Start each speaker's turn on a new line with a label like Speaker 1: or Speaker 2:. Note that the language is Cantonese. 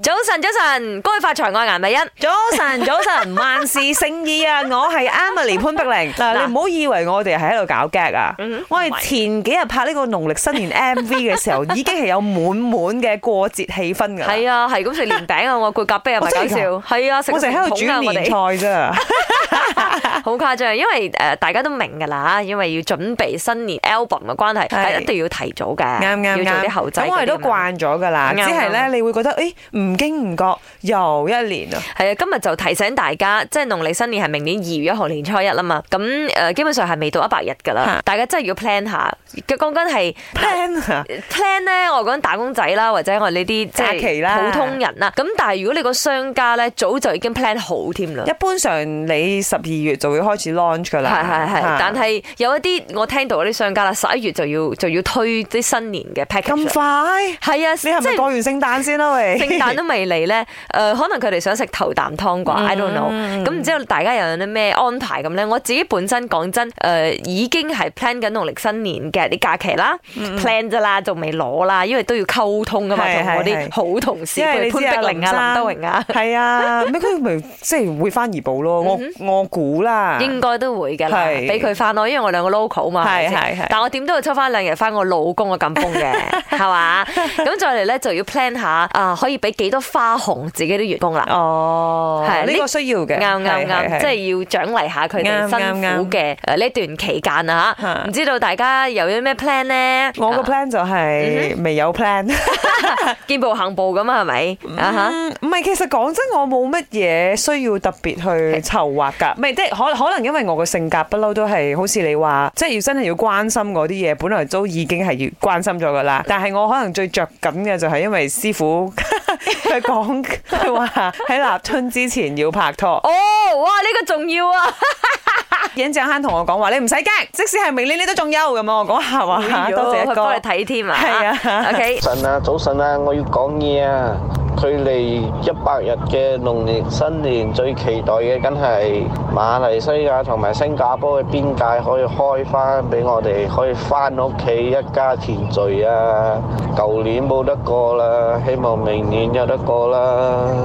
Speaker 1: 早晨，早晨，恭喜發財，我係顏美欣。
Speaker 2: 早晨，早晨， 萬事勝意啊！我係 Emily 潘碧玲。
Speaker 1: 嗱
Speaker 2: 嗱，你唔好以為我哋係喺度搞 gag 啊
Speaker 1: 嗯哼！
Speaker 2: 我係前幾日拍呢個農曆新年 MV 嘅時候，已經係有滿滿嘅過節氣氛㗎啦。
Speaker 1: 係啊，係咁食年餅啊，我攰夾啤啊，咪
Speaker 2: 我
Speaker 1: 搞
Speaker 2: 真係㗎
Speaker 1: 笑。係啊，食
Speaker 2: 我成日喺度煮
Speaker 1: 傳統㗎我
Speaker 2: 年
Speaker 1: 哋
Speaker 2: 菜啫。
Speaker 1: 好誇張，因為誒大家都明㗎啦，因為要準備新年 album 嘅關係，係
Speaker 2: 係
Speaker 1: 一定要提早嘅，
Speaker 2: 啱 啱
Speaker 1: 要做啲
Speaker 2: 啱，
Speaker 1: 後製嗰啲咁樣。
Speaker 2: 咁我哋都慣咗㗎啦，
Speaker 1: 啱
Speaker 2: 只係咧
Speaker 1: 啱
Speaker 2: 你會覺得，誒唔經唔覺又一年啊！
Speaker 1: 係啊，今日就提醒大家，即係農曆新年係明年二月一號年初一啦嘛，咁誒、呃基本上係未到一百日㗎啦
Speaker 2: 嚇，
Speaker 1: 大家真係要 plan 下。嘅講緊係
Speaker 2: plan 啊，
Speaker 1: plan 咧，我講打工仔啦，或者我哋呢啲即
Speaker 2: 假期啦
Speaker 1: 係普通人啦。咁但係如果你個商家咧，早就已經 plan 好添啦
Speaker 2: 一。般上你十二月就會開始 launch 㗎
Speaker 1: 係
Speaker 2: 啦。
Speaker 1: 係係
Speaker 2: 嚇，
Speaker 1: 但係有一啲我聽到嗰啲商家啦，十一月就要就要推啲新年嘅 package
Speaker 2: 咁
Speaker 1: 啦。
Speaker 2: 快，
Speaker 1: 係啊，即
Speaker 2: 你係咪過
Speaker 1: 係
Speaker 2: 完聖誕先啦？ 喂，
Speaker 1: 聖誕都未嚟咧，誒、可能佢哋想食頭啖湯啩，I don't know。咁
Speaker 2: 嗯
Speaker 1: 唔知道大家又有啲咩安排咁咧？我自己本身講真，誒、呃已經係 plan 緊農曆新年嘅啲假期啦，plan 啫啦，仲未攞啦，因為都要溝通啊噶嘛，
Speaker 2: 嗯係
Speaker 1: 同我
Speaker 2: 係
Speaker 1: 啲
Speaker 2: 係
Speaker 1: 好同事，
Speaker 2: 因
Speaker 1: 譬
Speaker 2: 為你
Speaker 1: 如
Speaker 2: 知啊
Speaker 1: 潘碧玲啊、林 德榮啊，
Speaker 2: 係啊，咩佢咪即係會翻怡保咯？我我估啦，
Speaker 1: 嗯應該都會㗎啦，
Speaker 2: 係
Speaker 1: 俾佢翻咯，因為我兩個 local 嘛，
Speaker 2: 係
Speaker 1: 係咪
Speaker 2: 係
Speaker 1: 先
Speaker 2: 係
Speaker 1: 但我點都要抽翻兩日翻我老公嘅咁風 嘅，係嘛？咁再嚟咧就要 plan 下啊，可以俾幾多花紅自己啲員工啦。
Speaker 2: 哦，
Speaker 1: 係
Speaker 2: 呢
Speaker 1: 呢
Speaker 2: 個需要嘅，
Speaker 1: 啱啱啱，即係要獎勵下佢哋
Speaker 2: 啱
Speaker 1: 辛苦嘅誒呢段期間啊嚇
Speaker 2: 嚇
Speaker 1: 唔知道大家有啲咩 plan 呢？
Speaker 2: 我個
Speaker 1: 啊
Speaker 2: plan 就係未有 plan。
Speaker 1: 見步行步咁啊，係咪啊嚇？
Speaker 2: 嗯 唔係，其實講真，我冇乜嘢需要特別去籌劃㗎。唔係，即係可可能因為我個性格不嬲都係好似你話，即係要真係要關心嗰啲嘢，本來都已經係要關心咗㗎
Speaker 1: 嗯
Speaker 2: 啦。但係我可能最着緊嘅就係因為師傅 佢講佢話喺立春之前要拍拖。
Speaker 1: 哦，哇！呢個重要啊，
Speaker 2: 影像坑同我講話，你唔使驚，即使係明年你都仲有咁啊！我講下話，多謝一
Speaker 1: 佢哎幫你
Speaker 2: 哥。
Speaker 1: 睇添啊。
Speaker 2: 係啊
Speaker 1: OK。
Speaker 3: 早晨啊，早晨啊，我要講嘢啊！距離一百日嘅農曆新年最期待嘅，梗係馬來西亞同埋新加坡嘅邊界可以開翻俾我哋，可以翻屋企一家團聚啊！舊年冇得過啦，希望明年有得過啦。